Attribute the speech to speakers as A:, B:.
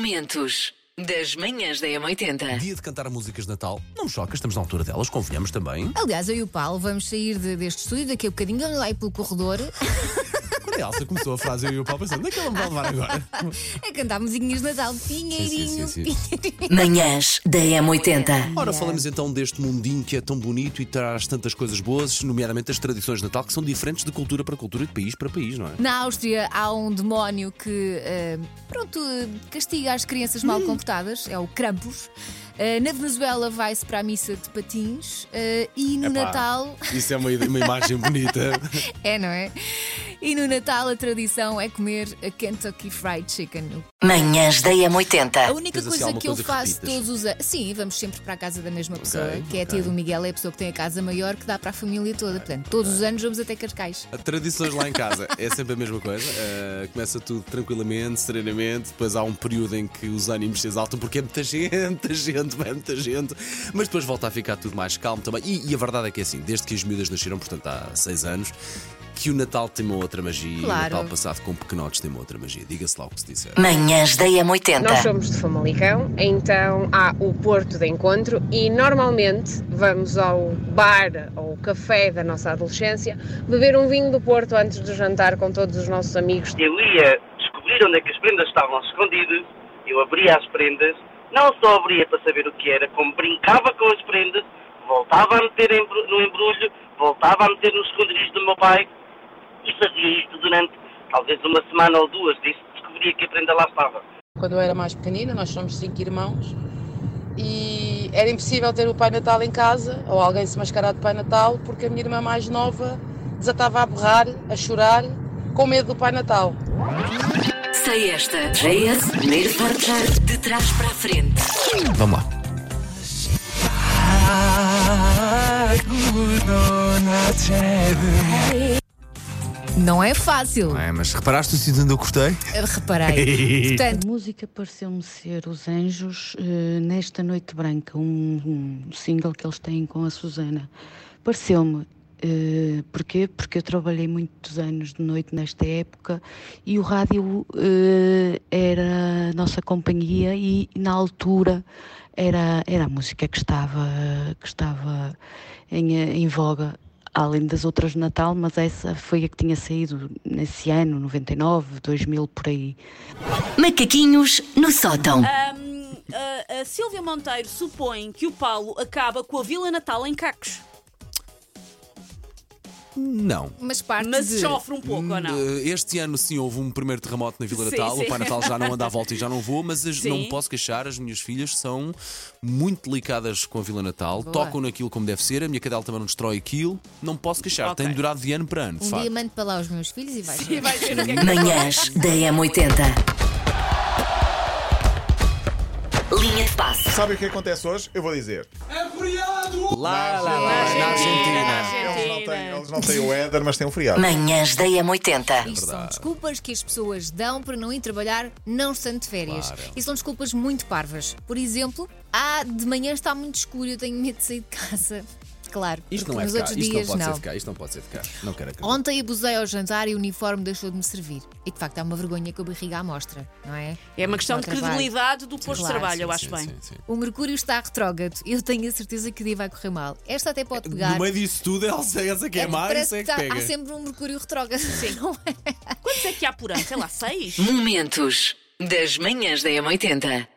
A: Momentos das manhãs da M80.
B: Dia de cantar músicas de Natal, não me choca, estamos na altura delas, convenhamos também.
C: Aliás, eu e o Paulo vamos sair de- deste estúdio daqui a bocadinho, vamos lá ir pelo corredor
B: Quando a Elsa começou a frase, eu e o Paulo pensando, onde é que ela me vai levar agora?
C: a cantar musiquinhas de Natal, pinheirinho.
B: Sim, sim, sim,
C: pinheirinho.
A: Manhãs da M80.
B: Ora, falamos então deste mundinho que é tão bonito e traz tantas coisas boas, nomeadamente as tradições de Natal, que são diferentes de cultura para cultura e de país para país, não é?
C: Na Áustria há um demónio que, eh, pronto, eh, castiga as crianças
B: Hum.
C: mal comportadas, é o Krampus. Eh, na Venezuela vai-se para a missa de patins eh, e no
B: Epá,
C: Natal.
B: Isso é uma, ide- uma imagem bonita.
C: É, não é? E no Natal a tradição é comer a Kentucky Fried Chicken, o
A: Manhãs da
C: A
A: M80.
C: única
B: Tens assim
C: coisa
B: alguma
C: que eu
B: coisa que
C: faço
B: repitas?
C: todos os anos. Sim, vamos sempre para a casa da mesma pessoa, que é a
B: ok.
C: tia do Miguel, é a pessoa que tem a casa maior que dá para a família toda. Portanto, todos os anos vamos até Cascais.
B: As Tradições lá em casa é sempre a mesma coisa. eh, começa tudo tranquilamente, serenamente. Depois há um período em que os ânimos se exaltam porque é muita gente, muita gente, vai muita gente. Mas depois volta a ficar tudo mais calmo também. E, e a verdade é que é assim, desde que as miúdas nasceram, portanto há seis anos, que o Natal tem uma outra magia. E o
C: Claro.
B: Natal passado com pequenotes tem uma outra magia. Diga-se lá o que se disser.
A: Manhãs da
D: Nós
A: M80.
D: somos de Famalicão, então há o Porto de Encontro e normalmente vamos ao bar ou café da nossa adolescência beber um vinho do Porto antes do jantar com todos os nossos amigos.
E: eu ia descobrir onde é que as prendas estavam escondidas, eu abria as prendas, não só abria para saber o que era, como brincava com as prendas, voltava a meter em embru- no embrulho, voltava a meter nos esconderijos do meu pai e fazia isto durante talvez uma semana ou duas, disso descobria que a prenda lá estava.
F: Quando eu era mais pequenina, nós somos cinco irmãos e era impossível ter o Pai Natal em casa ou alguém se mascarar de Pai Natal porque a minha irmã mais nova desatava a berrar, a chorar, com medo do Pai Natal.
A: Sei esta. JS, primeiro portar de trás para a frente.
B: Vamos lá.
C: Não é fácil,
B: É, mas reparaste o sítio onde eu cortei?
C: reparei. Portanto,
G: A música pareceu-me ser Os Anjos eh, Nesta Noite Branca, um, um single que eles têm com a Susana. Pareceu-me. eh, porquê? Porque eu trabalhei muitos anos de noite nesta época e o rádio eh, era a nossa companhia e na altura era, era a música que estava, que estava em, eh, em voga além das outras de Natal, mas essa foi a que tinha saído nesse ano, 99, 2000, por aí.
A: Macaquinhos no sótão.
H: Hum, a, a Silvia Monteiro supõe que o Paulo acaba com a Vila Natal em cacos,
B: Não.
C: mas parte
H: mas
C: de...
H: sofre um pouco ou não?
B: Eh, Este ano sim houve um primeiro terremoto na Vila
H: Sim,
B: Natal. O
H: sim.
B: Pai Natal já não anda à volta e já não voa, mas as-
H: Sim.
B: não me posso queixar. As minhas filhas são muito delicadas com a Vila Natal,
C: Boa.
B: tocam naquilo como deve ser. A minha cadela também não destrói aquilo. Não me posso queixar.
H: Ok.
B: Tem durado de ano para ano, de
C: Um dia
B: facto.
C: mando para lá os meus filhos e vais
H: E vai ver o que é que
A: Manhãs da M80. Linha de passe.
I: Sabe o que acontece hoje? Eu vou dizer.
B: Lá, lá, lá,
C: Argentina.
B: na Argentina.
I: Eles não têm,
H: Ah, Argentina.
I: eles não têm o Éder, mas têm o feriado.
A: Manhãs da M80.
C: Isto são desculpas que as pessoas dão para não ir trabalhar não estando de férias. E são desculpas muito parvas. Por exemplo, ah, de manhã está muito escuro, eu tenho medo de sair de casa. Claro,
B: Isto
C: porque
B: não é
C: nos
B: ficar.
C: outros
B: Isto não
C: dias
B: pode
C: não.
B: ser ficar. Isto não pode ser ficar. Não quero acreditar.
C: Ontem abusei ao jantar e o uniforme deixou de me servir. E de facto é uma vergonha com a barriga à mostra, não é?
H: É uma questão
C: Ao
H: de
C: trabalho.
H: credibilidade do posto de
C: Claro,
H: trabalho, eu
B: Sim,
H: acho bem.
B: sim, sim.
C: O Mercúrio está retrógrado. Eu tenho a certeza que o dia vai correr mal. Esta até pode pegar.
B: No meio disso tudo, ela essa que é má, essa
C: parece
B: é
C: que
B: que
C: está- há
B: pega.
C: sempre um Mercúrio retrógrado. Sim. Não é?
H: Quantos é que há por ano? Sei lá, seis?
A: Momentos das manhãs da M80.